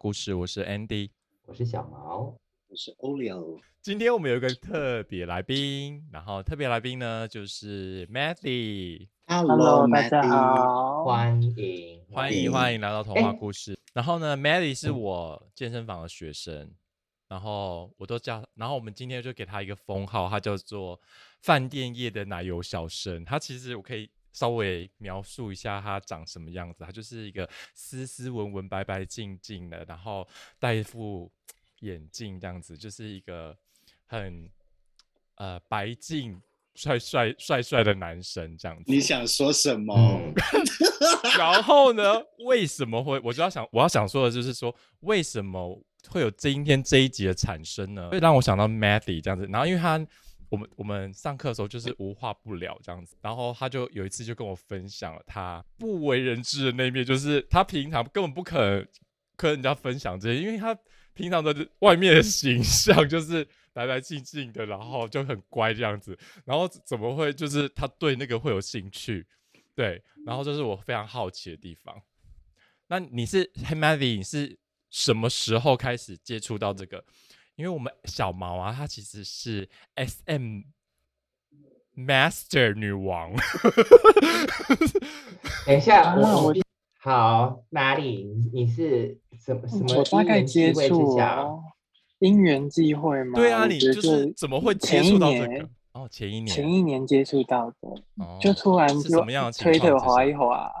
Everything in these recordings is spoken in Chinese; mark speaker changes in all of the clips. Speaker 1: 故事，我是 Andy。
Speaker 2: 我是小毛，
Speaker 3: 我是 Olio，
Speaker 1: 今天我们有一个特别来宾，然后特别来宾呢就是 Matty，
Speaker 3: Hello，
Speaker 4: 大家
Speaker 3: Matty
Speaker 4: 好。
Speaker 2: 欢迎
Speaker 1: 欢迎嗯
Speaker 3: 嗯
Speaker 1: 欢迎来到童话
Speaker 2: 哎
Speaker 1: 故事。然后呢，Matty 是我健身房的学生，然后我都叫，然后我们今天就给他一个封号，他叫做饭店业的奶油小生。他其实我可以。稍微描述一下他长什么样子，他就是一个斯斯文文、白白净净的，然后戴一副眼镜这样子，就是一个很呃白净、帅帅帅帅的男生这样子。
Speaker 3: 你想说什
Speaker 4: 哦
Speaker 3: 么？
Speaker 2: 嗯
Speaker 1: 然后呢？为什么会？我就要想，我要想说的就是说，为什么会有今天这一集的产生呢？会让我想到 Matty 这样子。然后，因为他我们我们上课的时候就是无话不聊这样子，然后他就有一次就跟我分享了他不为人知的那一面，就是他平常根本不可能跟人家分享这些，因为他平常的外面的形象就是白白净净的，然后就很乖这样子，然后怎么会就是他对那个会有兴趣？对，然后这是我非常好奇的地方。那你是 h e m a d y 你是什么时候开始接触到这个？因为我们小毛啊，她其实是 SM Master 女 王，
Speaker 2: 等一下，
Speaker 4: 啊
Speaker 2: 我
Speaker 4: 我
Speaker 2: 我好哪里？你是什么什么？
Speaker 4: 嗯我大概接触
Speaker 2: 下，
Speaker 4: 哦，因缘际会嘛。
Speaker 1: 对啊，
Speaker 4: 我
Speaker 1: 你
Speaker 4: 觉
Speaker 1: 就
Speaker 4: 得
Speaker 1: 是怎么会接
Speaker 4: 前一
Speaker 1: 触到这
Speaker 4: 年
Speaker 1: 个？哦，前一年，
Speaker 4: 前一年接触到的，
Speaker 1: 哦
Speaker 4: 就突然
Speaker 1: 是
Speaker 4: 就
Speaker 1: 什么样的情
Speaker 4: 推
Speaker 1: 况
Speaker 4: 特
Speaker 1: 之
Speaker 4: 滑
Speaker 1: 下
Speaker 4: 一滑，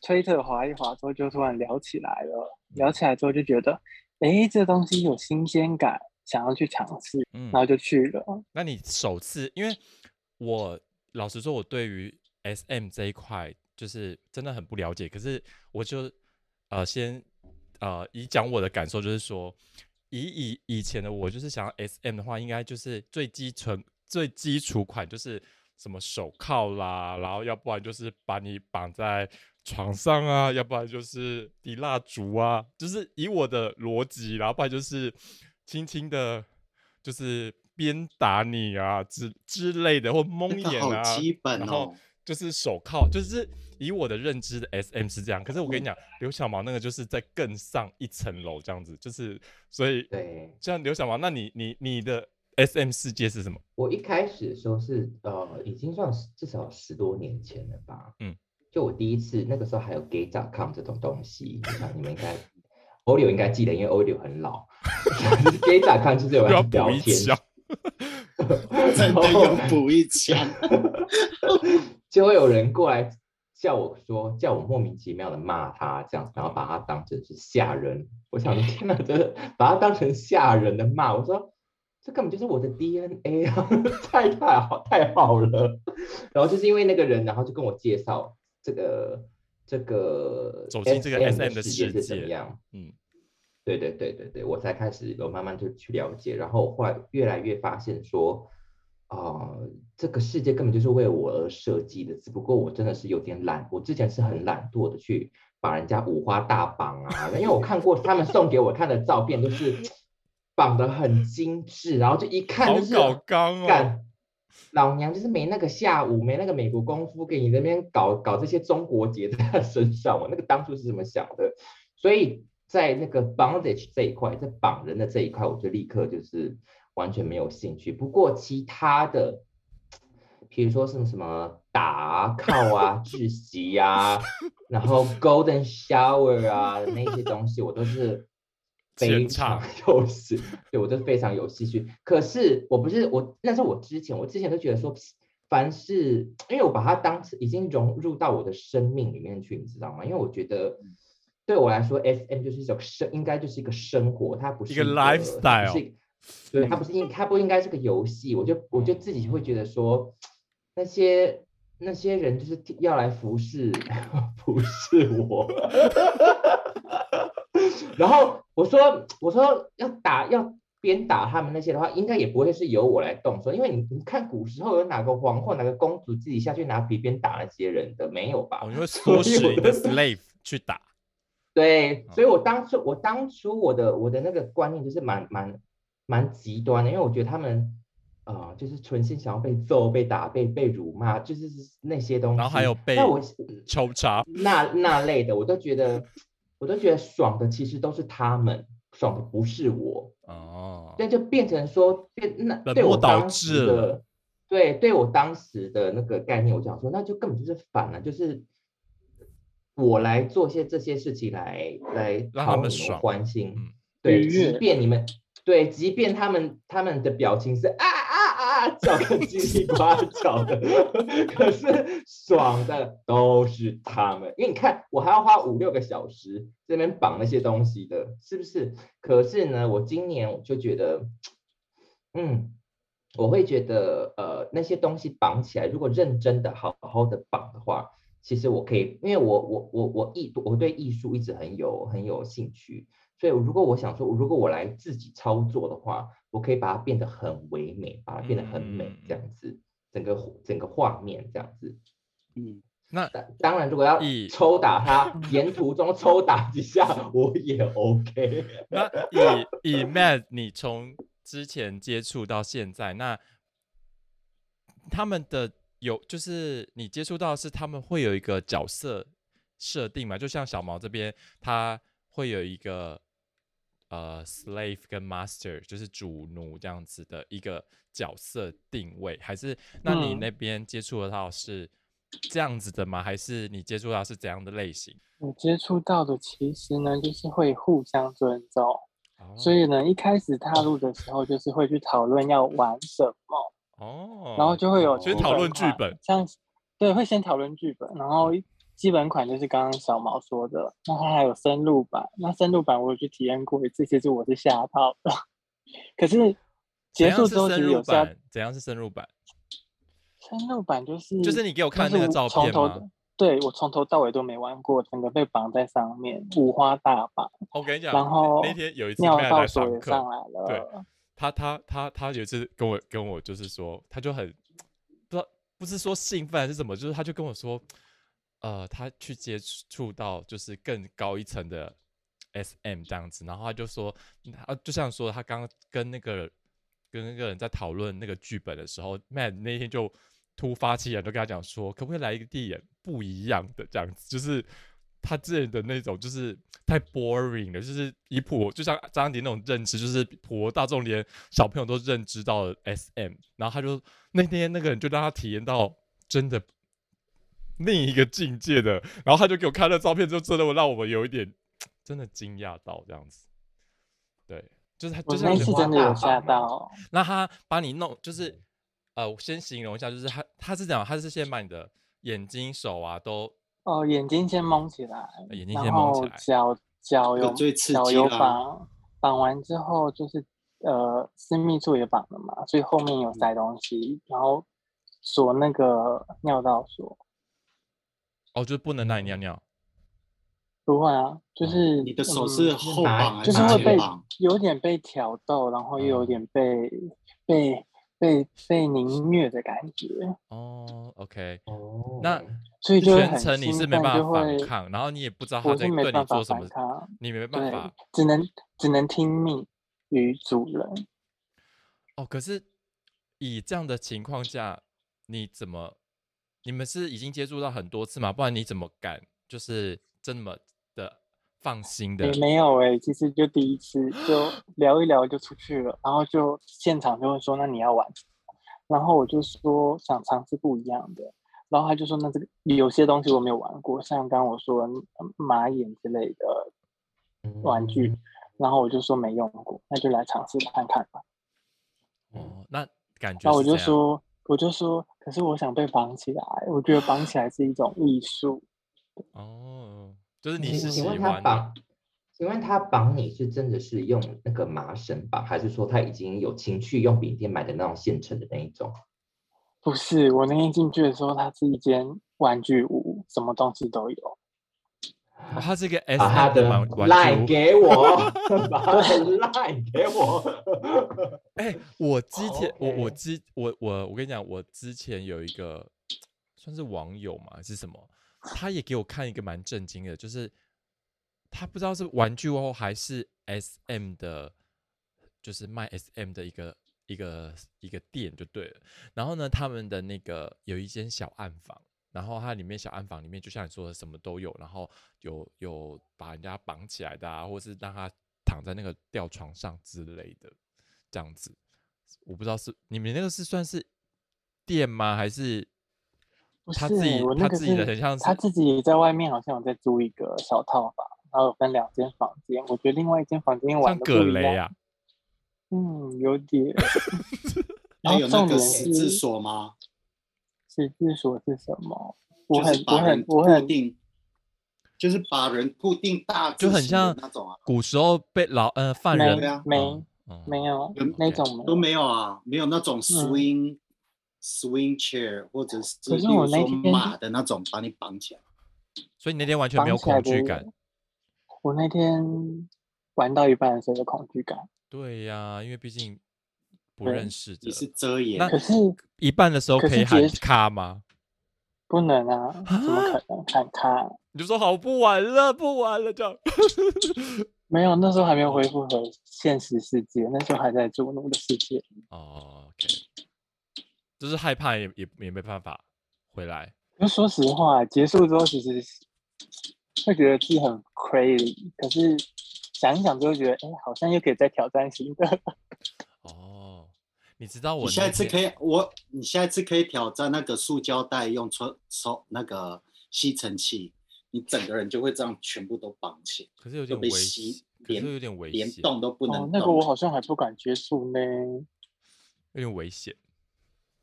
Speaker 4: 推特滑一滑之后就突然聊起来了，
Speaker 1: 嗯
Speaker 4: 聊起来之后就觉得，诶，这东西有新鲜感，想要去尝试，
Speaker 1: 嗯
Speaker 4: 然后就去了。
Speaker 1: 那你首次，因为我老实说，我对于 S M 这一块就是真的很不了解。可是我就呃先呃以讲我的感受，就是说以以以前的我，就是想要 S M 的话，应该就是最基纯最基础款，就是什么手铐啦，然后要不然就是把你绑在床上啊，要不然就是滴蜡烛啊，就是以我的逻辑，然后不然就是轻轻的，就是鞭打你啊之之类的，或蒙
Speaker 3: 那个
Speaker 1: 眼
Speaker 3: 好
Speaker 1: 啊，
Speaker 3: 基本
Speaker 1: 然后
Speaker 3: 哦
Speaker 1: 就是手铐，就是以我的认知的 S M 是这样。可是我跟你讲，刘小毛那个就是在更上一层楼这样子，就是所以
Speaker 2: 对
Speaker 1: 像刘小毛，那你你你的 S M 世界是什么？
Speaker 2: 我一开始的时候是呃，已经算是至少十多年前了吧。
Speaker 1: 嗯，
Speaker 2: 就我第一次那个时候还有 gay.com 这种东西，我想你们应该 Olio 应该记得，因为 Olio 很 老。gay.com 啊就是有
Speaker 1: 又要
Speaker 2: 人聊
Speaker 1: 补一
Speaker 2: 天，
Speaker 1: 枪，
Speaker 3: 真的
Speaker 1: 哦
Speaker 3: 有补一 枪，
Speaker 2: 就会有人过来叫我说，叫我莫名其妙的骂他这样，然后把他当成是吓人。我想，天哪，真的把他当成吓人的骂。我说，这根本就是我的 DNA 啊， 太太好太好了。然后就是因为那个人，然后就跟我介绍这个这个
Speaker 1: 走进这个 SM 的
Speaker 2: 世界
Speaker 1: 世
Speaker 2: 是怎么
Speaker 1: 界
Speaker 2: 样。
Speaker 1: 嗯，
Speaker 2: 对对对对对，我才开始有慢慢就去了解，然后后来越来越发现说，啊、这个世界根本就是为我而设计的，只不过我真的是有点懒，我之前是很懒惰的去把人家五花大绑啊，因为我看过他们送给我看的照片，都是绑得很精致，然后就一看
Speaker 1: 好
Speaker 2: 就是
Speaker 1: 搞刚哦，
Speaker 2: 干，老娘就是没那个下午，没那个美国功夫，给你那边搞搞这些中国结在他身上。我那个当初是怎么想的？所以在那个 bondage 这一块，在绑人的这一块，我就立刻就是完全没有兴趣。不过其他的，比如说什么什么打啊、铐啊、窒息啊，然后 golden shower 啊那些东西，我都是非
Speaker 1: 浅尝
Speaker 2: 常有兴，对我都非常有兴趣。可是我不是我，那是我之前，我之前都觉得说，凡是因为我把它当成已经融入到我的生命里面去，你知道吗？因为我觉得。
Speaker 1: 嗯
Speaker 2: 对我来说，SM 就是一种生，应该就是一个生活，它不是
Speaker 1: 一个
Speaker 2: 它
Speaker 1: lifestyle 嗯
Speaker 2: 不是对，它不是应，它不应该是个游戏。我就我就自己会觉得说，那些那些人就是要来服侍 服侍我。 然后我说我说要打要鞭打他们那些的话，应该也不会是由我来动手，因为你你看古时候有哪个皇后哪个公主自己下去拿皮鞭打那些人的没有吧？
Speaker 1: 我就会唆使哦你的 slave 去打，
Speaker 2: 对，所以
Speaker 1: 嗯
Speaker 2: 我当初我当初我的我的那个观念就是蛮蛮蛮极端的，因为我觉得他们呃就是存心想要被揍、被打、被被辱骂，就是那些东西。
Speaker 1: 然后还有被
Speaker 2: 那我
Speaker 1: 抽查，
Speaker 2: 那那类的，我都觉得我都觉得爽的其实都是他们，爽的不是我，
Speaker 1: 哦，
Speaker 2: 但就变成说变那
Speaker 1: 本
Speaker 2: 对我
Speaker 1: 末倒
Speaker 2: 当时
Speaker 1: 置了
Speaker 2: 的，对对我当时的那个概念，我想说那就根本就是反了，就是我来做些这些事情来来
Speaker 1: 让他
Speaker 2: 讨
Speaker 1: 们
Speaker 2: 你
Speaker 1: 爽
Speaker 2: 欢心，
Speaker 1: 嗯
Speaker 2: 对，
Speaker 4: 愉
Speaker 2: 即
Speaker 4: 悦
Speaker 2: 便你们对，即便他们他们的表情是啊啊啊叫的叽里呱叫的，可是爽的都是他们，因为你看我还要花五六个小时这边绑那些东西的，是不是？可是呢，我今年我就觉得，嗯，我会觉得呃那些东西绑起来，如果认真的好好的绑的话。其实我可以，因为我我我我艺我对艺术一直很有很有兴趣，所以如果我想说，如果我来自己操作的话，我可以把它变得很唯美，把它变得很美
Speaker 1: 嗯，
Speaker 2: 这样子，整个整个画面这样子。
Speaker 3: 嗯，
Speaker 1: 那
Speaker 2: 当当然，如果要
Speaker 1: 以
Speaker 2: 抽打它，沿途中抽打几下， 我也 OK。
Speaker 1: 那以以 Matt，你从之前接触到现在，那他们的有就是你接触到的是他们会有一个角色设定嘛？就像小毛这边，他会有一个呃 slave 跟 master，就是主奴这样子的一个角色定位，还是那你
Speaker 4: 嗯
Speaker 1: 那边接触得到是这样子的吗？还是你接触到是怎样的类型？
Speaker 4: 我接触到的其实呢，就是会互相尊重，所
Speaker 1: 哦
Speaker 4: 以呢，一开始踏入的时候，就是会去讨论要玩什么，
Speaker 1: 哦，
Speaker 4: 然后就会有
Speaker 1: 所以
Speaker 4: 基
Speaker 1: 讨
Speaker 4: 本
Speaker 1: 论剧
Speaker 4: 款
Speaker 1: 本，
Speaker 4: 像对，会先讨论剧本，然后基本款就是刚刚小毛说的，那它还有深入版，那深入版我有去体验过一次，其实我是吓到的， 可是
Speaker 1: 怎
Speaker 4: 结
Speaker 1: 样
Speaker 4: 束
Speaker 1: 是
Speaker 4: 之后其
Speaker 1: 深
Speaker 4: 实
Speaker 1: 入
Speaker 4: 有是要
Speaker 1: 版，怎样是深入版？
Speaker 4: 深入版就是
Speaker 1: 就是你给我看
Speaker 4: 就
Speaker 1: 那
Speaker 4: 是
Speaker 1: 个照
Speaker 4: 从
Speaker 1: 片
Speaker 4: 头
Speaker 1: 吗？
Speaker 4: 对我从头到尾都没玩过，整个被绑在上面，五花大绑，
Speaker 1: 哦我跟你讲，
Speaker 4: 然后
Speaker 1: 那天有一次
Speaker 4: 尿
Speaker 1: Matt
Speaker 4: 道
Speaker 1: 来
Speaker 4: 锁
Speaker 1: 上
Speaker 4: 也
Speaker 1: 课
Speaker 4: 上，来了。
Speaker 1: 对他他他他有一次跟我跟我就是说，他就很不知道不是说兴奋还是什么，就是他就跟我说，呃，他去接触到就是更高一层的 SM 这样子，然后他就说，嗯他就像说他刚刚跟那个跟那个人在讨论那个剧本的时候，Matt 那天就突发奇想，就跟他讲说，可不可以来一个地点不一样的这样子，就是。他之前的那种就是太 boring 了，就是以普就像张迪那种认知，就是普罗大众连小朋友都认知到了 SM，然后他就那天那个人就让他体验到真的另一个境界的，然后他就给我看了照片之后，真的让我们有一点真的惊讶到这样子，对，就是他
Speaker 4: 我
Speaker 1: 就像
Speaker 4: 那
Speaker 1: 你
Speaker 4: 次
Speaker 1: 说
Speaker 4: 真的有
Speaker 2: 花大
Speaker 4: 吓
Speaker 2: 绑
Speaker 4: 到，
Speaker 1: 那他把你弄，就是呃，我先形容一下，就是他他是讲他是先把你的眼睛、手啊都
Speaker 4: 哦，眼睛先蒙起来，
Speaker 1: 呃眼睛
Speaker 4: 然
Speaker 1: 先蒙起
Speaker 4: 后
Speaker 1: 来
Speaker 4: 脚脚
Speaker 3: 这
Speaker 4: 有
Speaker 3: 个最刺
Speaker 4: 脚
Speaker 3: 激
Speaker 4: 有
Speaker 3: 啦
Speaker 4: 绑，绑完之后就是呃私密处也绑了嘛，所以后面
Speaker 1: 嗯
Speaker 4: 有塞东西，然后锁那个尿道锁。
Speaker 1: 哦，就是不能让你
Speaker 4: 嗯
Speaker 1: 尿尿。
Speaker 4: 不会啊，
Speaker 1: 哦
Speaker 4: 就是
Speaker 3: 你的手是
Speaker 4: 嗯
Speaker 3: 后绑还
Speaker 4: 就是是会
Speaker 3: 前
Speaker 4: 被
Speaker 3: 绑？
Speaker 4: 有点被挑逗，然后又有
Speaker 1: 嗯
Speaker 4: 点被被被被凌虐的感觉，
Speaker 1: 哦，OK，
Speaker 2: 哦
Speaker 1: 那
Speaker 4: 所以就会
Speaker 1: 全
Speaker 4: 很
Speaker 1: 程你
Speaker 4: 兴
Speaker 1: 是没
Speaker 4: 奋
Speaker 1: 办
Speaker 4: 就
Speaker 1: 法反
Speaker 4: 会
Speaker 1: 抗，然后你也不知道他
Speaker 4: 我
Speaker 1: 在
Speaker 4: 是没
Speaker 1: 对你
Speaker 4: 办法
Speaker 1: 做什么
Speaker 4: 反，抗，
Speaker 1: 你没办
Speaker 4: 对
Speaker 1: 法。，
Speaker 4: 只能只能听命于主人。
Speaker 1: 哦，可是以这样的情况下，你怎么？你们是已经接触到很多次嘛？不然你怎么敢就是这么的放心的
Speaker 4: 也？没有哎、其实就第一次就聊一聊就出去了，然后就现场就会说那你要玩什么，然后我就说想尝试不一样的，然后他就说那这个有些东西我没有玩过，像刚刚我说嗯马眼之类的
Speaker 2: 嗯
Speaker 4: 玩具，然后我就说没用过，那就来尝试看看吧。
Speaker 1: 哦，那感觉
Speaker 4: 那我
Speaker 1: 是
Speaker 4: 就
Speaker 1: 怎样，
Speaker 4: 说我就说，可是我想被绑起来，我觉得绑起来是一种艺术。
Speaker 1: 哦，就是你
Speaker 2: 请
Speaker 1: 是喜
Speaker 2: 请问他
Speaker 1: 欢的
Speaker 2: 绑，请问他绑你是真的是用那个麻绳绑，还是说他已经有情趣用品店买的那种现成的那一种？
Speaker 4: 不是，我那天进去的时候，它是一间玩具屋，什么东西都有。
Speaker 1: 哦他是一个 S
Speaker 2: 把他的
Speaker 1: 玩玩具
Speaker 2: 赖
Speaker 1: 屋
Speaker 2: 给我，把他的赖给我。
Speaker 1: 哎、我之前我我
Speaker 2: OK
Speaker 1: 之我我我跟你讲，我之前有一个算是网友嘛还是什么，他也给我看一个蛮震惊的，就是他不知道是玩具哦还是 SM 的，就是卖 SM 的一个一个一个店就对了。然后呢，他们的那个有一间小暗房，然后它里面小暗房里面就像你说的什么都有，然后有有把人家绑起来的啊，或是让他躺在那个吊床上之类的，这样子，我不知道是你们那个是算是店吗？还是
Speaker 4: 不
Speaker 1: 他
Speaker 4: 是
Speaker 1: 自己
Speaker 4: 我那
Speaker 1: 他
Speaker 4: 个
Speaker 1: 自己的
Speaker 4: 是
Speaker 1: 很像是
Speaker 4: 他自己在外面好像有在租一个小套房，然后有分两间房间。我觉得另外一间房间玩
Speaker 1: 像
Speaker 4: 的
Speaker 1: 葛雷啊？
Speaker 4: 嗯，有点。然
Speaker 3: 还
Speaker 4: 后
Speaker 3: 有那
Speaker 4: 重
Speaker 3: 个
Speaker 4: 点
Speaker 3: 十
Speaker 4: 是
Speaker 3: 字锁吗？
Speaker 4: 十字锁是什么？我
Speaker 3: 就
Speaker 4: 很
Speaker 3: 是
Speaker 4: 我
Speaker 3: 把人
Speaker 4: 很
Speaker 3: 固
Speaker 4: 我很
Speaker 3: 定，就是把人固定大字
Speaker 1: 就很
Speaker 3: 形的
Speaker 1: 像
Speaker 3: 那种啊，
Speaker 1: 古时候被老呃犯
Speaker 4: 没
Speaker 1: 人
Speaker 3: 对啊
Speaker 4: 没
Speaker 1: 嗯
Speaker 4: 没有
Speaker 3: 有
Speaker 4: 那
Speaker 1: OK
Speaker 4: 种没
Speaker 3: 都
Speaker 4: 有
Speaker 3: 没有啊，没有那
Speaker 4: 嗯
Speaker 3: 种 swing、swing chair 或者是
Speaker 4: 可
Speaker 3: 例
Speaker 4: 是我
Speaker 3: 如
Speaker 4: 那
Speaker 3: 说
Speaker 4: 天
Speaker 3: 马的那种把你绑起来。
Speaker 1: 所以你那天完全
Speaker 4: 绑
Speaker 1: 没有
Speaker 4: 起来
Speaker 1: 恐
Speaker 4: 的
Speaker 1: 惧感。
Speaker 4: 我那天玩到一半的时候有恐惧感，
Speaker 1: 对呀、因为毕竟不
Speaker 4: 对
Speaker 1: 认识的
Speaker 3: 你，是遮掩
Speaker 1: 呃那
Speaker 4: 可是
Speaker 1: 一半的时候
Speaker 4: 可
Speaker 1: 可
Speaker 4: 是
Speaker 1: 以喊
Speaker 4: 结
Speaker 1: 卡吗？
Speaker 4: 不能啊，怎么可能看他？
Speaker 1: 你就说好不玩了， 不玩了这样。
Speaker 4: 没有，那时候还没有恢复回现实世界，那时候还在主奴的世界。
Speaker 1: 哦，OK，就是害怕也也也没办法回来。
Speaker 4: 就说实话，结束之后其实是会觉得自己很 crazy，可是想一想之后觉得，哎，好像又可以再挑战新的。
Speaker 1: 哦，你知道我
Speaker 3: 你下
Speaker 1: 那
Speaker 3: 一次
Speaker 1: 天
Speaker 3: 可以，我你下一次可以挑战那个塑胶袋用抽抽那个吸尘器，你整个人就会这样全部都绑起
Speaker 1: 可是有
Speaker 3: 来，
Speaker 1: 点
Speaker 3: 就被
Speaker 1: 危
Speaker 3: 吸
Speaker 1: 险，，可
Speaker 3: 连
Speaker 1: 是有点危
Speaker 3: 连
Speaker 1: 险，
Speaker 3: 动都 不能动
Speaker 4: 哦，，那个我好像还不敢接触呢。
Speaker 1: 有点危险。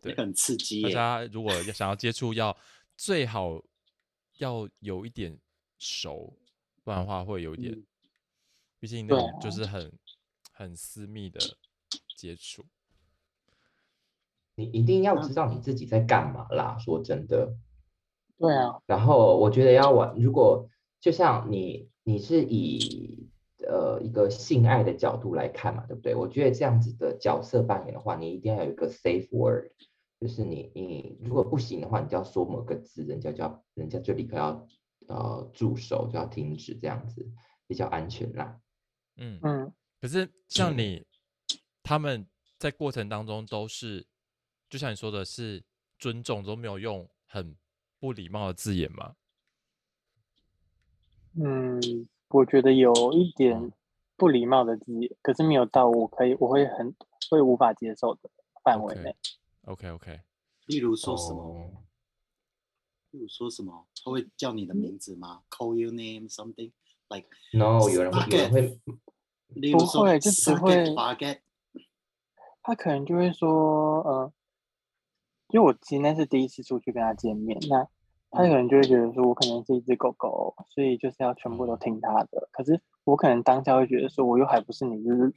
Speaker 3: 那个很刺激
Speaker 1: 大
Speaker 3: 耶。
Speaker 1: 家如果要想要接触，要最好要有一点熟，不然的话会有一点，
Speaker 3: 嗯啊
Speaker 1: 毕竟那
Speaker 4: 对
Speaker 1: 种就是很很私密的接触。
Speaker 2: 你一定要知道你自己在干嘛啦。说真的，
Speaker 4: 对啊，
Speaker 2: 然后我觉得要玩，如果就像你，你是以呃一个性爱的角度来看嘛，对不对？我觉得这样子的角色扮演的话，你一定要有一个 safe word，就是你你如果不行的话，你就要说某个字，人家就要人家就立刻要呃住手，就要停止，这样子比较安全啦。
Speaker 1: 嗯，
Speaker 4: 嗯，
Speaker 1: 可是像你，他们在过程当中都是，就像你说的是尊重，都没有用很不礼貌的字眼嘛？
Speaker 4: 嗯，我觉得有一点不礼貌的字眼，可是没有到我可以，我会很会无法接受的范围
Speaker 1: OK
Speaker 4: 内。
Speaker 1: OK OK，
Speaker 3: 例如说什么？
Speaker 2: 哦
Speaker 3: 例如说什么？他会叫
Speaker 4: 嗯
Speaker 3: 你的名字吗？Call your name something like？
Speaker 2: ？No，有哦人会有人会
Speaker 3: 例如说
Speaker 4: 不会就只
Speaker 3: suck
Speaker 4: 会
Speaker 3: it, fuck it
Speaker 4: 他可能就会说，呃，因为我其实那是第一次出去跟他见面，那他
Speaker 3: 嗯
Speaker 4: 可能就会觉得说我可能是一只狗狗，所以就是要全部都听他的。可是我可能当下会觉得说，我又还不是你就是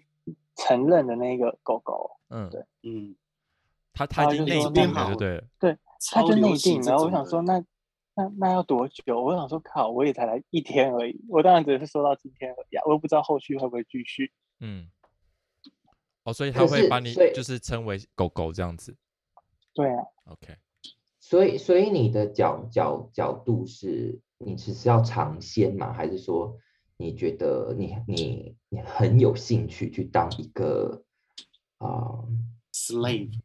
Speaker 4: 承认的那个狗狗，
Speaker 1: 嗯，
Speaker 4: 对
Speaker 3: 嗯，
Speaker 1: 他他
Speaker 4: 然
Speaker 1: 已
Speaker 4: 后
Speaker 1: 经
Speaker 4: 就
Speaker 1: 内
Speaker 4: 说那
Speaker 1: 定了，
Speaker 4: 你
Speaker 1: 就
Speaker 3: 好
Speaker 1: 对了。
Speaker 4: 他
Speaker 3: 超
Speaker 4: 就内
Speaker 3: 流行
Speaker 4: 定。
Speaker 3: 这
Speaker 4: 然后我
Speaker 3: 种
Speaker 4: 想
Speaker 3: 的
Speaker 4: 说，那那那要多久？我想说，靠，我也才来一天而已，我当然只是说到今天而已、啊，我又不知道后续会不会继续。
Speaker 1: 嗯，哦，所以他
Speaker 2: 可
Speaker 1: 会
Speaker 2: 是
Speaker 1: 把你
Speaker 2: 所以
Speaker 1: 就是称为狗狗这样子。
Speaker 4: 对啊，
Speaker 1: OK，
Speaker 2: 所以，所以你的角角角度是，你只是要尝鲜吗？还是说你觉得你你你很有兴趣去当一个啊、
Speaker 3: slave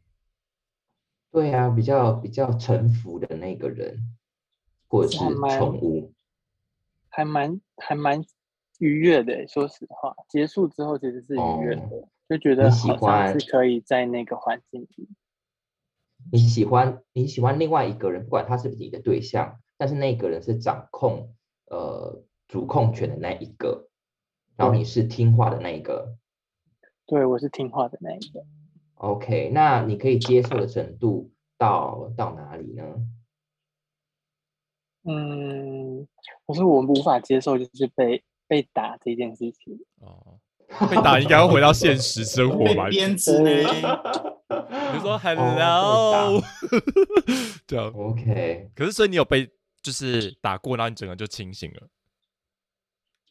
Speaker 2: 对啊，比较比较臣服的那个人，或者
Speaker 4: 是
Speaker 2: 是
Speaker 4: 还蛮
Speaker 2: 宠物？
Speaker 4: 还蛮还蛮愉悦的欸。说实话，结束之后其实是愉悦的，
Speaker 2: 哦
Speaker 4: 就觉
Speaker 2: 你
Speaker 4: 得
Speaker 2: 喜
Speaker 4: 好像
Speaker 2: 欢
Speaker 4: 是可以在那个环境里。
Speaker 2: 你喜欢你喜欢另外一个人，不管他是不是你的对象，但是那个人是掌控呃主控权的那一个，然后你是听话的那一个。
Speaker 4: 对我是听话的那一个，
Speaker 2: OK，那你可以接受的程度到到哪里 呢？
Speaker 4: 嗯，可是我无法接受就是被被打这件事情。
Speaker 1: 哦，被打应该会回到现实生活
Speaker 3: 被
Speaker 1: 吧？
Speaker 3: 编制 呢？
Speaker 1: 比
Speaker 2: 你
Speaker 1: 如说
Speaker 4: 哦
Speaker 1: “hello”，、这 样。
Speaker 2: OK，
Speaker 1: 可是，所以你有被就是打过，然后你整个就清醒了。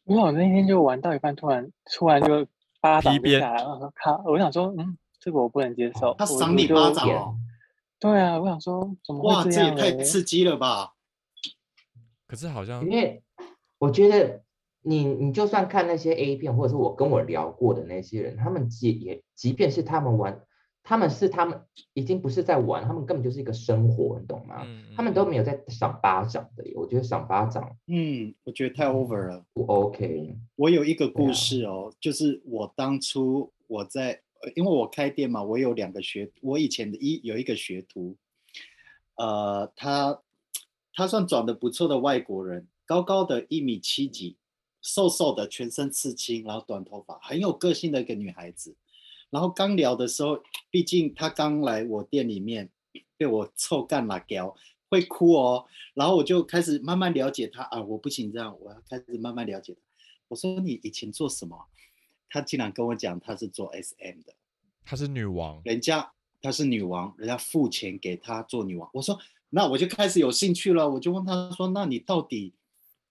Speaker 4: 因为我那天就玩到一半，突然突然就巴
Speaker 1: 皮
Speaker 4: 掌就
Speaker 1: 鞭
Speaker 4: 下来了，我说靠，我想说，嗯，这个我不能接受。
Speaker 3: 哦他
Speaker 4: 我
Speaker 3: 赏
Speaker 4: 就
Speaker 3: 你巴
Speaker 4: 就
Speaker 3: 掌哦！
Speaker 4: 对啊，我想说怎么
Speaker 3: 哇，
Speaker 4: 会
Speaker 3: 这
Speaker 4: 样
Speaker 3: 也
Speaker 4: 嘞？
Speaker 3: 太刺激了吧！
Speaker 1: 可是好像
Speaker 2: 因为我觉得你你就算看那些 A 片，或者是我跟我聊过的那些人，他们即也即便是他们玩，他们是他们已经不是在玩，他们根本就是一个生活，你懂吗？
Speaker 1: 嗯
Speaker 2: 啊他们都没有在赏巴掌的耶，我觉得赏巴掌
Speaker 3: 嗯，我觉得太 over 了。
Speaker 2: 不 OK。
Speaker 3: 我有一个
Speaker 2: 对
Speaker 3: 故
Speaker 2: 啊
Speaker 3: 事哦，就是我当初我在，呃因为我开店嘛，我有两个学，我以前的一有一个学徒，呃，他他算长得不错的外国人，高高的一米七几，瘦瘦的，全身刺青，然后短头发，很有个性的一个女孩子。然后刚聊的时候，毕竟她刚来我店里面，被我臭干了屌，会哭哦。然后我就开始慢慢了解她啊，我不行这样，我要开始慢慢了解她。我说你以前做什么？她竟然跟我讲她是做 SM 的，
Speaker 1: 她是女王，
Speaker 3: 人家她是女王，人家付钱给她做女王。我说那我就开始有兴趣了，我就问她说，那你到底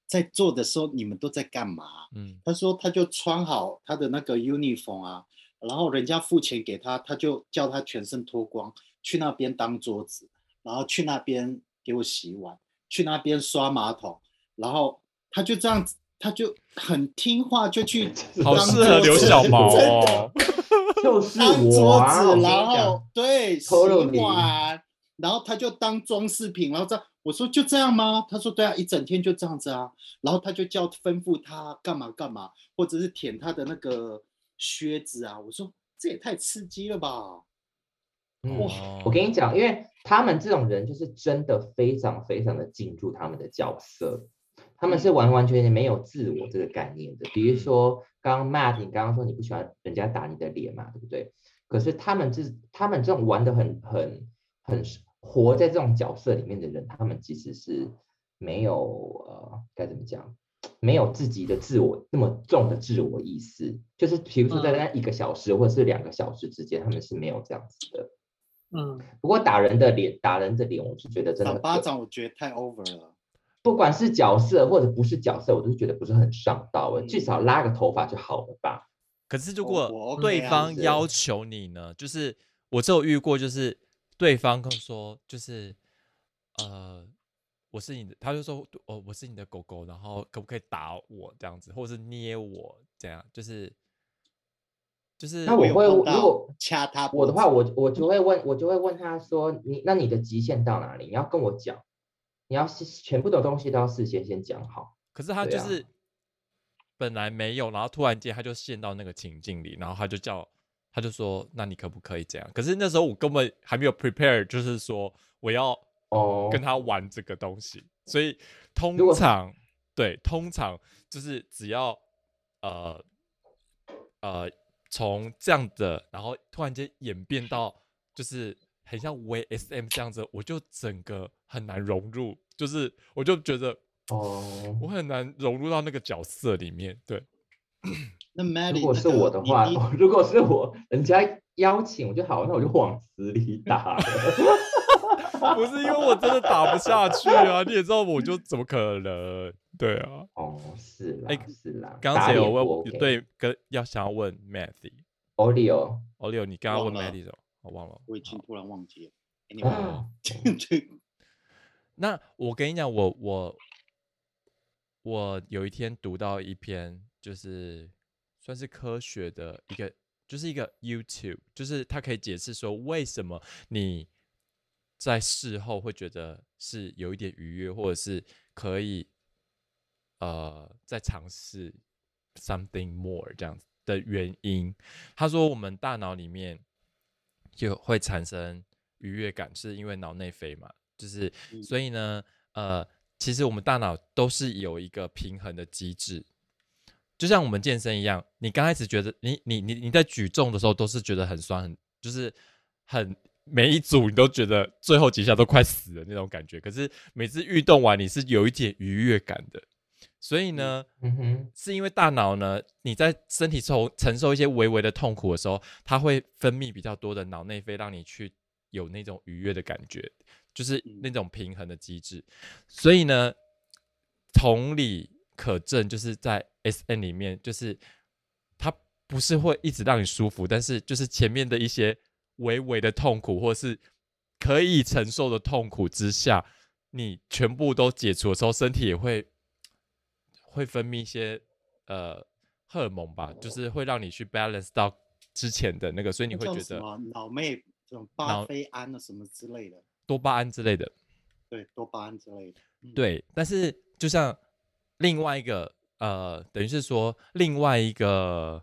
Speaker 3: 在做的时候你们都在干嘛？
Speaker 1: 嗯
Speaker 3: 他说他就穿好他的那个 uniform 啊，然后人家付钱给他，他就叫他全身脱光去那边当桌子，然后去那边给我洗碗，去那边刷马桶，然后他就这样子，他就很听话，就去
Speaker 1: 好
Speaker 3: 当
Speaker 1: 适合
Speaker 3: 桌
Speaker 1: 留
Speaker 3: 子
Speaker 1: 小毛
Speaker 3: 真 的
Speaker 1: 哦，
Speaker 2: 就是
Speaker 3: 当
Speaker 2: 我
Speaker 3: 桌
Speaker 2: 啊，我
Speaker 3: 子，
Speaker 2: 跟你
Speaker 3: 然
Speaker 2: 讲
Speaker 3: 后，对洗
Speaker 2: 偷了你
Speaker 3: 碗，然后他就当装饰品，然后这样我说就这样吗？他说对啊，一整天就这样子啊，然后他就叫吩咐他干嘛干嘛，或者是舔他的那个靴子啊。我说这也太刺激了吧！
Speaker 2: 嗯
Speaker 3: 哇
Speaker 1: 哦
Speaker 2: 我跟你讲，因为他们这种人就是真的非常非常的进入他们的角色，他们是完完全全没有自我这个概念的。比如说，刚刚 Matt，你刚刚说你不喜欢人家打你的脸嘛，对不对？可是他们这他们这种玩的很很很活在这种角色里面的人，他们其实是没有呃该怎么讲，没有自己的自我那么重的自我意识。就是比如说在那一个小时或者是两个小时之间，他们是没有这样子的。
Speaker 4: 嗯，
Speaker 2: 不过打人的脸，打人的脸，我是觉得真
Speaker 3: 打
Speaker 2: 的
Speaker 3: 巴
Speaker 2: 有，
Speaker 3: 掌我觉得太 over 了。
Speaker 2: 不管是角色或者不是角色，我都觉得不是很上道
Speaker 1: 嗯
Speaker 2: 欸。至少拉个头发就好了吧？
Speaker 1: 可是如
Speaker 3: 我
Speaker 2: 哦
Speaker 3: 我
Speaker 1: 果
Speaker 3: OK
Speaker 1: 对
Speaker 3: 啊
Speaker 1: 方
Speaker 2: 是
Speaker 1: 要求你呢，就是我只有遇过，就是对方跟我说，就是呃，我是你的，他就说哦，我是你的狗狗，然后可不可以打我这样子，或者是捏我这样，就是就是
Speaker 2: 那我
Speaker 3: 有
Speaker 2: 会
Speaker 3: 碰
Speaker 2: 如
Speaker 3: 到
Speaker 2: 果
Speaker 3: 掐他
Speaker 2: 我的
Speaker 3: 脖
Speaker 2: 话，
Speaker 3: 子
Speaker 2: 我我就会问，我就会问他说：“你那你的极限到哪里？你要跟我讲，你要是全部的东西都要事先先讲好。
Speaker 1: 可是他
Speaker 2: 对
Speaker 1: 就
Speaker 2: 啊
Speaker 1: 是本来没有，然后突然间他就陷到那个情境里，然后他就叫，他就说：“那你可不可以这样？”可是那时候我根本还没有 prepare，就是说我要”
Speaker 2: 哦，
Speaker 1: 跟他玩这个东西，所以通
Speaker 2: 如果
Speaker 1: 常对通常就是只要呃呃从这样的，然后突然间演变到就是很像 VSM 这样子，我就整个很难融入，就是我就觉得
Speaker 2: 哦，
Speaker 1: 我很难融入到那个角色里面。对，
Speaker 3: 那 Maddie，
Speaker 2: 如果
Speaker 3: 那
Speaker 2: 是
Speaker 3: 个
Speaker 2: 我的
Speaker 3: 你
Speaker 2: 话
Speaker 3: 你，
Speaker 2: 如果是我，人家邀请我就好，那我就往死里打了。
Speaker 1: 不是因为我真的打不下去啊，你也知道，我就怎么可能？对啊，
Speaker 2: 哦，是啦，
Speaker 1: 哎
Speaker 2: 是啦，
Speaker 1: 刚
Speaker 2: 打
Speaker 1: 才有
Speaker 2: 脸不
Speaker 1: 问
Speaker 2: OK
Speaker 1: 对跟要想要问 Matthew。
Speaker 2: Oreo，
Speaker 1: 哦，六，你刚刚问
Speaker 3: 忘了
Speaker 1: Maddie 什么？我忘了。
Speaker 3: 我已经突然忘 记了。Anyway，
Speaker 2: 啊
Speaker 3: 对
Speaker 1: 那我跟你讲，我我我有一天读到一篇，就是算是科学的一个，就是一个 YouTube，就是它可以解释说为什么你在事后会觉得是有一点愉悦，或者是可以呃再尝试 something more 这样子的原因。他说我们大脑里面就会产生愉悦感，是因为脑内啡嘛，就是
Speaker 3: 嗯
Speaker 1: 所以呢，呃，其实我们大脑都是有一个平衡的机制。就像我们健身一样，你刚开始觉得你你你你在举重的时候都是觉得很酸，很就是很每一组你都觉得最后几下都快死了那种感觉。可是每次运动完你是有一点愉悦感的，所以呢，
Speaker 2: 嗯哼，
Speaker 1: 是因为大脑呢，你在身体受承受一些微微的痛苦的时候，它会分泌比较多的脑内啡，让你去有那种愉悦的感觉，就是
Speaker 3: 嗯
Speaker 1: 那种平衡的机制。所以呢，同理可证，就是在 S N 里面，就是它不是会一直让你舒服，但是就是前面的一些微微的痛苦，或是可以承受的痛苦之下，你全部都解除的时候，身体也会会分泌一些呃荷尔蒙吧，就是会让你去 balance 到之前的那个，所以你会
Speaker 3: 那叫
Speaker 1: 觉
Speaker 3: 什
Speaker 1: 得
Speaker 3: 么脑妹什么
Speaker 1: 脑
Speaker 3: 巴菲胺啊什么之类的，
Speaker 1: 多巴胺之类的。
Speaker 3: 对，多巴胺之类的。嗯，
Speaker 1: 对，但是就像另外一个呃，等于是说另外一个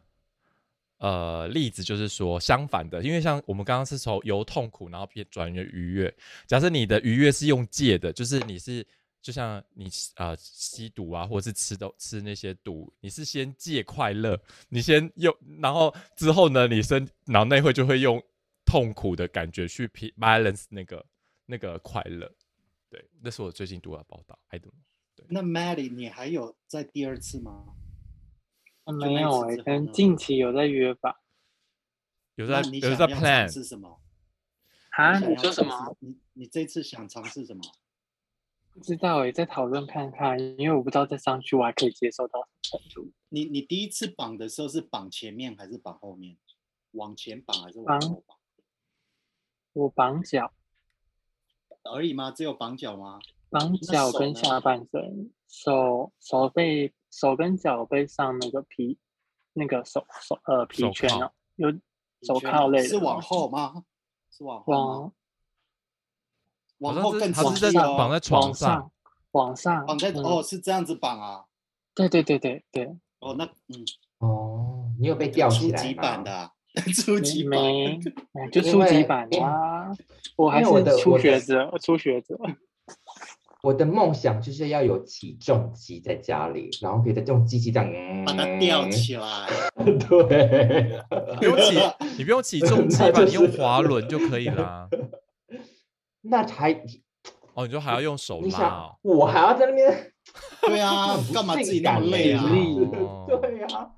Speaker 1: 呃例子，就是说相反的，因为像我们刚刚是从由痛苦然后变转为愉悦。假设你的愉悦是用戒的，就是你是就像你呃吸毒啊，或者是吃都吃那些毒，你是先戒快乐，你先用，然后之后呢，你身脑内会就会用痛苦的感觉去 pi- balance 那个那个快乐。对，那是我最近读到的报道，I don't know。
Speaker 3: 那 Maddie，你还有在第二次吗？
Speaker 4: 没有
Speaker 3: 那一次
Speaker 4: 哎、
Speaker 3: 之后
Speaker 4: 可能
Speaker 3: 呢
Speaker 4: 近期有在约吧。
Speaker 1: 有
Speaker 3: 那
Speaker 1: 在
Speaker 3: 你
Speaker 1: 有
Speaker 3: 想
Speaker 1: 在
Speaker 3: 要尝
Speaker 1: plan，
Speaker 3: 试什么？
Speaker 4: 啊，
Speaker 3: 想
Speaker 4: 你
Speaker 3: 要
Speaker 4: 说什
Speaker 3: 尝
Speaker 4: 么？
Speaker 3: 试？你你这次想尝试什么？
Speaker 4: 不知道哎、再讨论看看，因为我不知道再上去我还可以接受到什么程度。
Speaker 3: 你你第一次绑的时候是绑前面还是绑后面？往前绑还是往
Speaker 4: 绑
Speaker 3: 后绑？
Speaker 4: 我绑脚，
Speaker 3: 而已吗？只有绑脚吗？
Speaker 4: 绑
Speaker 3: 那
Speaker 4: 脚
Speaker 3: 手
Speaker 4: 跟
Speaker 3: 呢
Speaker 4: 下半身，手手背手跟脚背上那个皮，那个手手呃皮
Speaker 1: 手
Speaker 4: 圈
Speaker 1: 铐
Speaker 4: 哦，有手
Speaker 3: 你觉得
Speaker 4: 铐类的
Speaker 3: 哦是往
Speaker 4: 东西
Speaker 3: 后吗？是往后吗？
Speaker 1: 好
Speaker 3: 往
Speaker 4: 往
Speaker 1: 像
Speaker 3: 后
Speaker 1: 是
Speaker 3: 更
Speaker 1: 它
Speaker 3: 仔
Speaker 1: 是
Speaker 3: 细
Speaker 1: 在
Speaker 3: 哦。
Speaker 1: 绑在床
Speaker 4: 往
Speaker 1: 上
Speaker 4: 上，往上
Speaker 3: 绑在
Speaker 4: 嗯
Speaker 3: 哦，是这样子绑啊。
Speaker 4: 对对对对对，
Speaker 3: 哦，那嗯，
Speaker 2: 哦，你有被吊
Speaker 3: 初
Speaker 2: 起来
Speaker 3: 级
Speaker 2: 吗
Speaker 3: 版的、啊， 初级
Speaker 4: 没
Speaker 3: 版。
Speaker 4: 没，哎就
Speaker 2: 因
Speaker 4: 初级
Speaker 2: 为
Speaker 4: 版
Speaker 2: 因为
Speaker 4: 啦、我还
Speaker 2: 因为我
Speaker 4: 是
Speaker 2: 的
Speaker 4: 初
Speaker 2: 我的
Speaker 4: 学者，初学者。
Speaker 2: 我的梦想就是要有起重机在家里，然后可以在用机器这样、嗯、
Speaker 3: 把它吊。起来，
Speaker 2: 对，
Speaker 1: 不用起，你不用起重机
Speaker 2: 那
Speaker 1: 吧，
Speaker 2: 就
Speaker 1: 你用
Speaker 2: 是
Speaker 1: 滑轮就可以啦。
Speaker 2: 那还
Speaker 1: 哦，你说还要用手
Speaker 2: 你
Speaker 1: 拉
Speaker 2: 想
Speaker 1: 哦，
Speaker 2: 我还要在那边？
Speaker 3: 对 啊，干嘛自己那么累啊？
Speaker 4: 很不
Speaker 1: 哦
Speaker 2: 对 呀，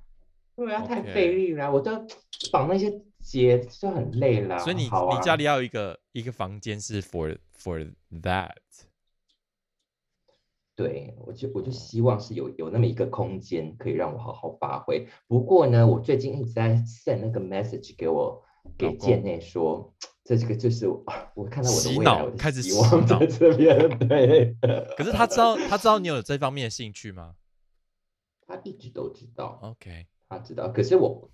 Speaker 2: 对呀，太
Speaker 1: OK
Speaker 2: 费力了，我都绑那些结就很累了。
Speaker 1: 所以你
Speaker 2: 好啊
Speaker 1: 你家里要有一个一个房间是 for for that。
Speaker 2: 对，我就我就希望是有有那么一个空间可以让我好好发挥。不过呢，我最近一直在 send 那个 message 给我
Speaker 1: 老
Speaker 2: 给
Speaker 1: 公
Speaker 2: 建内说，这这个就是我 我看到我的
Speaker 1: 洗
Speaker 2: 未来，
Speaker 1: 脑
Speaker 2: 我的
Speaker 1: 开始
Speaker 2: 希
Speaker 1: 洗
Speaker 2: 望
Speaker 1: 脑
Speaker 2: 在这边。 对，
Speaker 1: 可是他知道他知道你有这方面的兴趣吗
Speaker 2: 他一直都知道，
Speaker 1: ？OK，
Speaker 2: 他知道，可是我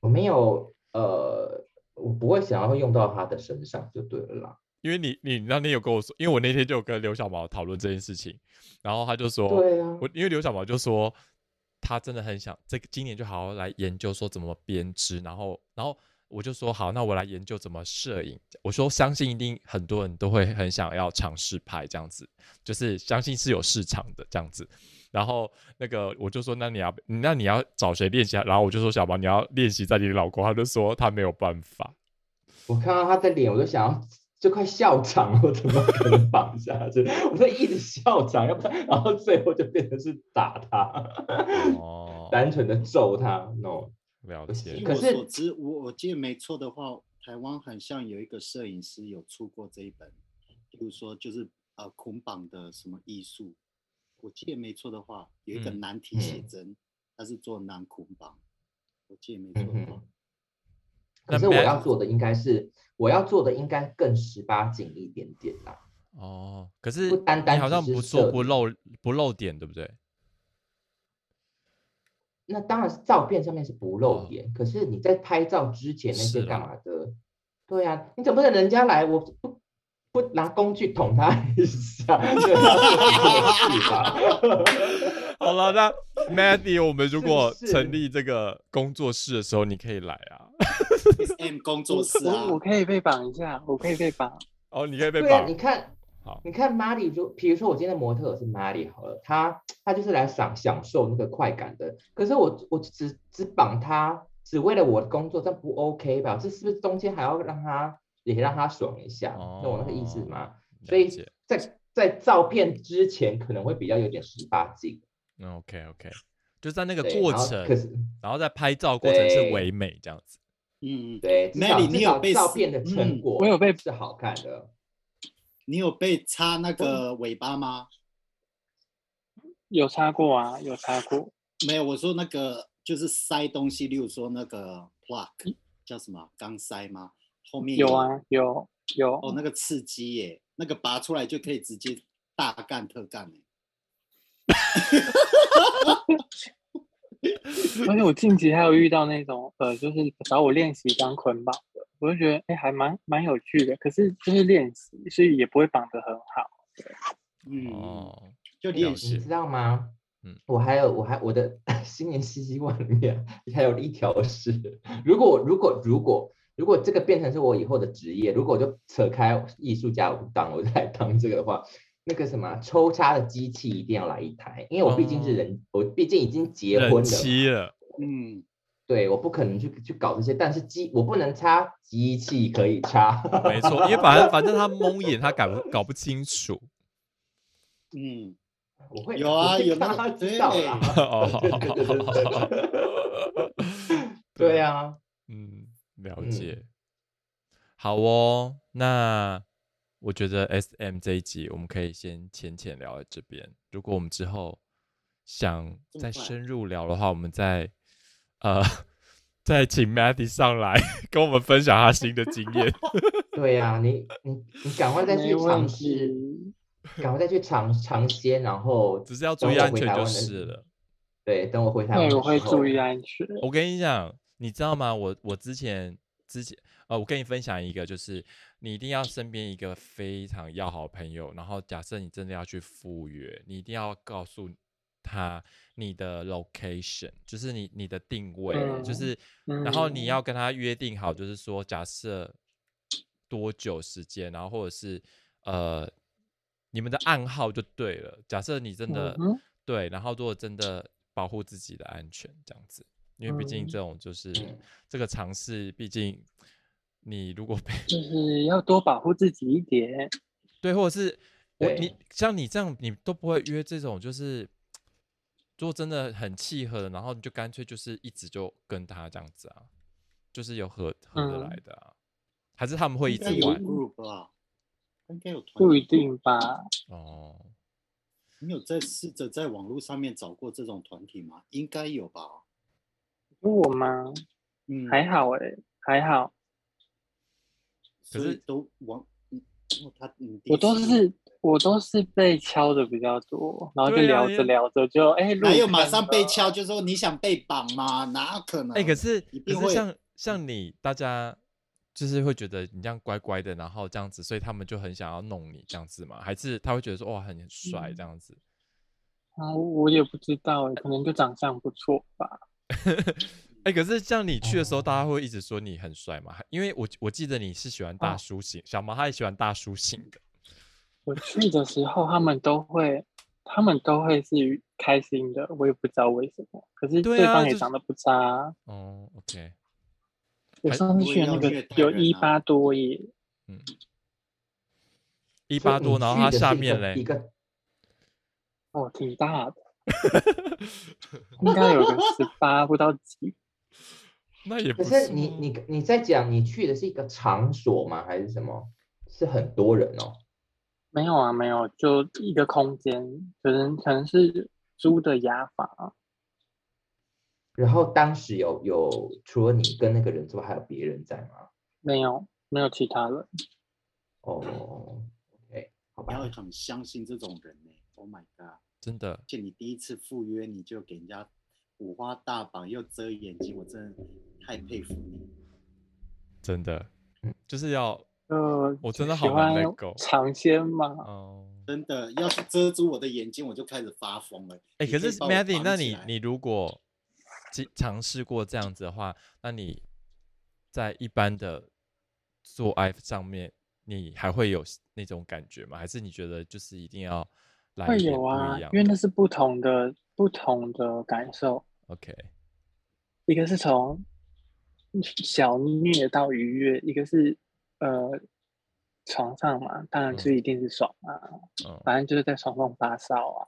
Speaker 2: 我没有呃，我不会想要用到他的身上就对了啦。
Speaker 1: 因为你你那天有跟我说，因为我那天就有跟刘小毛讨论这件事情，然后他就说，
Speaker 2: 对啊，
Speaker 1: 我因为刘小毛就说他真的很想这个今年就好好来研究说怎么编织，然后然后我就说好，那我来研究怎么摄影。我说相信一定很多人都会很想要尝试拍这样子，就是相信是有市场的这样子。然后那个我就说，那你要那你要找谁练习啊？然后我就说小毛你要练习在你老公，他就说他没有办法。
Speaker 2: 我看到他的脸，我都想要就快笑场，我怎么可能绑下去？ 我就一直笑场，要不然然后最后就变成是打他，
Speaker 1: 哦，
Speaker 2: 单纯的揍他。No，
Speaker 1: 了
Speaker 2: 不
Speaker 1: 解
Speaker 2: 行
Speaker 3: 据
Speaker 2: 可
Speaker 3: 我
Speaker 2: 是
Speaker 3: 所知，我我记得没错的话，台湾很像有一个摄影师有出过这一本，比如说就是呃捆绑的什么艺术，我记得没错的话，有一个
Speaker 1: 嗯
Speaker 3: 男体写
Speaker 2: 嗯
Speaker 3: 真，他是做男捆绑，我记得没
Speaker 2: 嗯
Speaker 3: 错的话
Speaker 2: 哼，。可
Speaker 1: 那
Speaker 2: 是我
Speaker 1: Matt-
Speaker 2: 要做的应该是，我要做的应该更十八禁一点点啦。
Speaker 1: 哦，可是
Speaker 2: 不单单
Speaker 1: 你好
Speaker 2: 只
Speaker 1: 像
Speaker 2: 是
Speaker 1: 不
Speaker 2: 摄
Speaker 1: 做不
Speaker 2: 影
Speaker 1: 露不露点，对不对？
Speaker 2: 那当然是照片上面是不
Speaker 1: 哦
Speaker 2: 露点，可是你在拍照之前那
Speaker 1: 是
Speaker 2: 些
Speaker 1: 啦
Speaker 2: 干嘛的？对呀、你总不能人家来我不不拿工具捅他一下，啊这是不是吧？
Speaker 1: 好了，那 Matty，我们如
Speaker 2: 是
Speaker 1: 果
Speaker 2: 是
Speaker 1: 成立这个工作室的时候，你可以来啊。
Speaker 3: S M 工
Speaker 4: 我
Speaker 3: 作室 啊
Speaker 4: 我，我可以被绑一下，我可以被绑。
Speaker 1: 哦，你可以被
Speaker 2: 对啊，
Speaker 1: 绑
Speaker 2: 你。看
Speaker 1: 好，
Speaker 2: 你看 Mary 就，比如说我今天的模特儿是 Mary 好了，她她就是来享享受那个快感的。可是我我只只绑她，只为了我的工作，这样不 OK 吧？这是不是中间还要让她也让她爽一下？懂我那个意思
Speaker 1: 哦
Speaker 2: 吗？
Speaker 1: 了
Speaker 2: 所以
Speaker 1: 解
Speaker 2: 在在照片之前可能会比较有点十八禁，
Speaker 1: 嗯，OK OK，就在那个
Speaker 2: 对
Speaker 1: 过
Speaker 2: 然后
Speaker 1: 程
Speaker 2: 可，是
Speaker 1: 然后在拍照过程是
Speaker 2: 对
Speaker 1: 唯美这样子。
Speaker 3: 嗯，嗯
Speaker 2: 对，至少
Speaker 3: Mary，
Speaker 2: 至
Speaker 3: 你有
Speaker 2: 少
Speaker 3: 被
Speaker 2: 照
Speaker 3: 撕
Speaker 2: 片的成
Speaker 3: 嗯
Speaker 2: 果，
Speaker 4: 我有被
Speaker 2: 是好看的。
Speaker 3: 你有被插那个尾巴吗？
Speaker 4: 有擦过啊，有擦过。
Speaker 3: 没有，我说那个就是塞东西，例如说那个 plug 叫什么啊钢塞吗？后面
Speaker 4: 有啊，有有。
Speaker 3: 哦，那个刺激耶，那个拔出来就可以直接大干特干耶
Speaker 4: 而且我近期还有遇到那种呃，就是找我练习当捆绑的，我就觉得哎、还蛮蛮有趣的。可是就是练习，所以也不会绑得很好。
Speaker 3: 嗯，
Speaker 1: 哦，
Speaker 3: 就
Speaker 1: 了
Speaker 3: 练
Speaker 1: 解
Speaker 3: 习。
Speaker 1: 是
Speaker 2: 你知道吗？
Speaker 1: 嗯
Speaker 2: 我还有我还我的 新年希希望里面还有一条是，如果如果如果如果这个变成是我以后的职业，如果我就扯开艺术家我不当，我就来当这个的话，那个什么抽插的机器一定要来一台，因为我毕竟
Speaker 1: 哦
Speaker 2: 是人，我毕竟已经结婚
Speaker 1: 人
Speaker 2: 了，
Speaker 1: 妻 了，
Speaker 3: 嗯，
Speaker 2: 对，我不可能去去搞这些，但是机我不能插，机器可以插，
Speaker 1: 没错，因为反正反正他蒙眼，他搞不搞不清楚。
Speaker 3: 嗯，
Speaker 2: 我会
Speaker 3: 有啊
Speaker 2: 我会
Speaker 3: 有那
Speaker 2: 让他
Speaker 3: 对
Speaker 2: 知道啦
Speaker 1: 哦，
Speaker 2: 对对对对 对，对啊。
Speaker 1: 嗯，了
Speaker 2: 嗯
Speaker 1: 解。好哦，那我觉得 S M 这一集我们可以先浅浅聊到这边。如果我们之后想
Speaker 3: 这么
Speaker 1: 再
Speaker 3: 快
Speaker 1: 深入聊的话，我们再呃再请 Matty 上来 跟我们分享他新的经验。
Speaker 2: 对呀、你你你赶快再去
Speaker 4: 没问
Speaker 2: 尝试，
Speaker 4: 题，
Speaker 2: 赶快再去尝尝鲜，然后
Speaker 1: 只是要注意
Speaker 2: 等我
Speaker 1: 安
Speaker 2: 回
Speaker 1: 全
Speaker 2: 台
Speaker 1: 就
Speaker 2: 湾的
Speaker 1: 是了。
Speaker 2: 对，等我回台湾
Speaker 4: 对，
Speaker 2: 的
Speaker 4: 我会
Speaker 2: 时候
Speaker 4: 注意安全。
Speaker 1: 我跟你讲，你知道吗？我我之前之前呃，我跟你分享一个，就是你一定要身边一个非常要好的朋友，然后假设你真的要去赴约，你一定要告诉他你的 location，就是你你的定位，就
Speaker 4: 嗯
Speaker 1: 是然后你
Speaker 4: 嗯
Speaker 1: 要跟他约定好，就是说假设多久时间，然后或者是呃你们的暗号就对了。假设你真的、
Speaker 4: 嗯哼
Speaker 1: 对，然后如果真的保护自己的安全这样子，因为毕竟
Speaker 4: 嗯
Speaker 1: 这种就是、
Speaker 2: 嗯
Speaker 1: 这个尝试，毕竟你如果被
Speaker 4: 就是要多保护自己一点。
Speaker 1: 对，或者是我
Speaker 2: 对
Speaker 1: 你像你这样，你都不会约这种，就是如果真的很契合的，然后你就干脆就是一直就跟他这样子啊，就是有合合得来
Speaker 4: 嗯
Speaker 1: 的啊，还是他们会一
Speaker 3: 应
Speaker 1: 直
Speaker 3: 该有
Speaker 1: 玩
Speaker 3: group 啦，应该有团体。
Speaker 4: 不一定吧？
Speaker 1: 哦？
Speaker 3: 你有在试着在网络上面找过这种团体吗？应该有吧。
Speaker 4: 如果吗？
Speaker 3: 嗯，
Speaker 4: 还好哎、还好，
Speaker 1: 可
Speaker 3: 所以
Speaker 1: 是
Speaker 3: 都网，嗯，哦他你第一
Speaker 4: 我都
Speaker 3: 次
Speaker 4: 是我都是被敲的比较多，然后就
Speaker 1: 对啊
Speaker 4: 聊
Speaker 1: 因
Speaker 4: 着
Speaker 1: 为
Speaker 4: 聊着就哎，
Speaker 3: 哪有
Speaker 4: 入
Speaker 3: 马
Speaker 4: 坑
Speaker 3: 上被
Speaker 4: 了？
Speaker 3: 敲就说你想被绑吗？哪可能？
Speaker 1: 哎、可是
Speaker 3: 一
Speaker 1: 可
Speaker 3: 定
Speaker 1: 是
Speaker 3: 会
Speaker 1: 像像你大家。就是会觉得你这样乖乖的，然后这样子，所以他们就很想要弄你这样子嘛？还是他会觉得说哇很帅
Speaker 4: 嗯
Speaker 1: 这样子？
Speaker 4: 啊，我也不知道哎、可能就长相不错吧。
Speaker 1: 哎、可是像你去的时候，大家会一直说你很帅嘛？因为我我记得你是喜欢大
Speaker 4: 哦
Speaker 1: 叔型，小毛他也喜欢大叔型的。
Speaker 4: 我去的时候，他们都会，他们都会是开心的，我也不知道为什么。可是
Speaker 1: 对
Speaker 4: 对
Speaker 1: 啊
Speaker 4: 方也
Speaker 1: 就是
Speaker 4: 长得不差啊。
Speaker 1: 哦，OK，
Speaker 4: 我
Speaker 1: 还
Speaker 4: 上次
Speaker 3: 我
Speaker 4: 去
Speaker 3: 也
Speaker 4: 的那
Speaker 3: 要
Speaker 4: 个
Speaker 3: 虐待
Speaker 4: 有
Speaker 3: 人
Speaker 4: 一
Speaker 3: 啊
Speaker 4: 八多耶，
Speaker 1: 嗯，一
Speaker 2: 所以
Speaker 1: 八
Speaker 2: 你
Speaker 1: 多，然后
Speaker 2: 去
Speaker 1: 他
Speaker 2: 的
Speaker 1: 下
Speaker 2: 是一个
Speaker 1: 面嘞
Speaker 2: 一，个
Speaker 4: 哦，挺大 的，应该有个十八不到几。
Speaker 1: 那也不啊
Speaker 2: 可是你你你在讲你去的是一个场所吗？还是什么？是很多人哦。
Speaker 4: 没有啊，没有，就一个空间，可能可能是租的雅房，
Speaker 2: 然后当时有有除了你跟那个人之外，还有别人在吗？
Speaker 4: 没有没有其他人。
Speaker 2: 哦，OK，好
Speaker 3: 不要
Speaker 2: 吧，
Speaker 3: 很相信这种人呢、Oh my god！而
Speaker 1: 真的
Speaker 3: 且你第一次赴约你就给人家五花大绑又遮眼睛，我真的太佩服你。
Speaker 1: 真的
Speaker 2: 嗯，
Speaker 1: 就是要
Speaker 4: 呃，
Speaker 1: 我
Speaker 4: 就
Speaker 1: 真的
Speaker 4: 喜
Speaker 1: 好难
Speaker 4: 欢
Speaker 1: let go
Speaker 4: 尝鲜嘛，
Speaker 1: 哦。
Speaker 3: 真的，要是遮住我的眼睛，我就开始发疯了。
Speaker 1: 哎、
Speaker 3: 你
Speaker 1: 可
Speaker 3: 以
Speaker 1: 是
Speaker 3: 把我
Speaker 1: Maddie，
Speaker 3: 绑
Speaker 1: 那
Speaker 3: 起
Speaker 1: 你
Speaker 3: 来
Speaker 1: 你如果其尝试过这样子的话，那你在一般的做爱上面，你还会有那种感觉吗？还是你觉得就是一定要来
Speaker 4: 会
Speaker 1: 一点
Speaker 4: 有
Speaker 1: 不
Speaker 4: 啊
Speaker 1: 一，样
Speaker 4: 因为
Speaker 1: 的
Speaker 4: 那是不同的不同的感受，
Speaker 1: ？OK，
Speaker 4: 一个是从小虐到愉悦，一个是呃床上嘛，当然是
Speaker 1: 嗯
Speaker 4: 一定是爽啊，
Speaker 1: 嗯，
Speaker 4: 反正就是在床上发烧啊。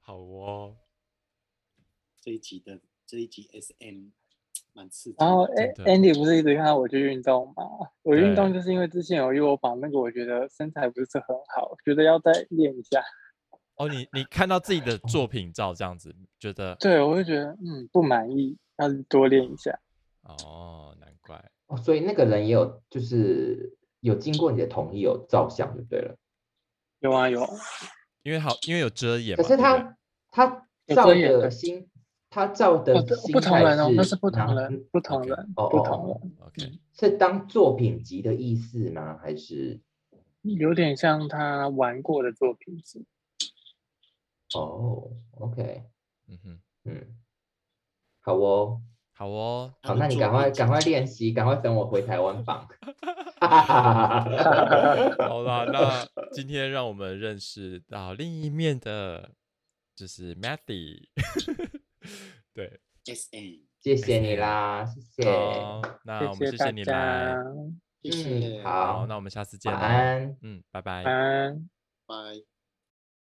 Speaker 1: 好哦，
Speaker 3: 这一集的这一集 SM 蛮刺激的。
Speaker 4: 然后
Speaker 1: 真
Speaker 4: A
Speaker 1: 的
Speaker 4: Andy 不是一直看到我去运动吗？我运动
Speaker 1: 对
Speaker 4: 就是因为之前有约我绑那个，我觉得身材不是很好，觉得要再练一下。
Speaker 1: 哦，你你看到自己的作品照这样子，觉得
Speaker 4: 对，我就觉得嗯不满意，要多练一下。
Speaker 1: 哦，难怪
Speaker 2: 哦，所以那个人也有就是有经过你的同意有照相就对了。
Speaker 4: 有啊有啊，
Speaker 1: 因为好，因为有遮掩
Speaker 2: 可
Speaker 1: 嘛。对
Speaker 2: 是
Speaker 1: 不对
Speaker 2: 他他
Speaker 4: 有
Speaker 2: 照
Speaker 4: 遮掩
Speaker 2: 的
Speaker 4: 的
Speaker 2: 心，他照的
Speaker 4: 哦这
Speaker 2: 心
Speaker 4: 不同
Speaker 2: 态
Speaker 4: 人哦，那是不
Speaker 2: 拿
Speaker 4: 同人，不同
Speaker 1: OK
Speaker 4: 人，
Speaker 2: 哦
Speaker 4: 不
Speaker 2: 哦
Speaker 4: 同
Speaker 2: 哦
Speaker 4: 人，
Speaker 1: OK，
Speaker 2: 是当作品集的意思吗？还是
Speaker 4: 有点像他玩过的作品集。
Speaker 2: 哦，OK，
Speaker 1: 嗯哼，
Speaker 2: 嗯，好哦，
Speaker 1: 好哦，
Speaker 3: 他
Speaker 2: 好，
Speaker 3: 的
Speaker 2: 那你
Speaker 3: 作
Speaker 2: 赶快
Speaker 3: 品
Speaker 2: 赶快练习，赶快等我回台湾 吧。哈哈哈哈哈！
Speaker 1: 好啦，那今天让我们认识到另一面的，就是 Matty。对，
Speaker 3: S N，
Speaker 2: 谢谢你啦，谢谢，
Speaker 1: 好，那我们谢
Speaker 4: 大
Speaker 1: 谢你来
Speaker 4: 家，，
Speaker 3: 谢谢，
Speaker 2: 嗯，好
Speaker 1: 好，那我们下次见
Speaker 2: 晚
Speaker 1: 啦，
Speaker 2: 安。
Speaker 1: 嗯，拜拜
Speaker 4: 晚。安。
Speaker 3: 拜。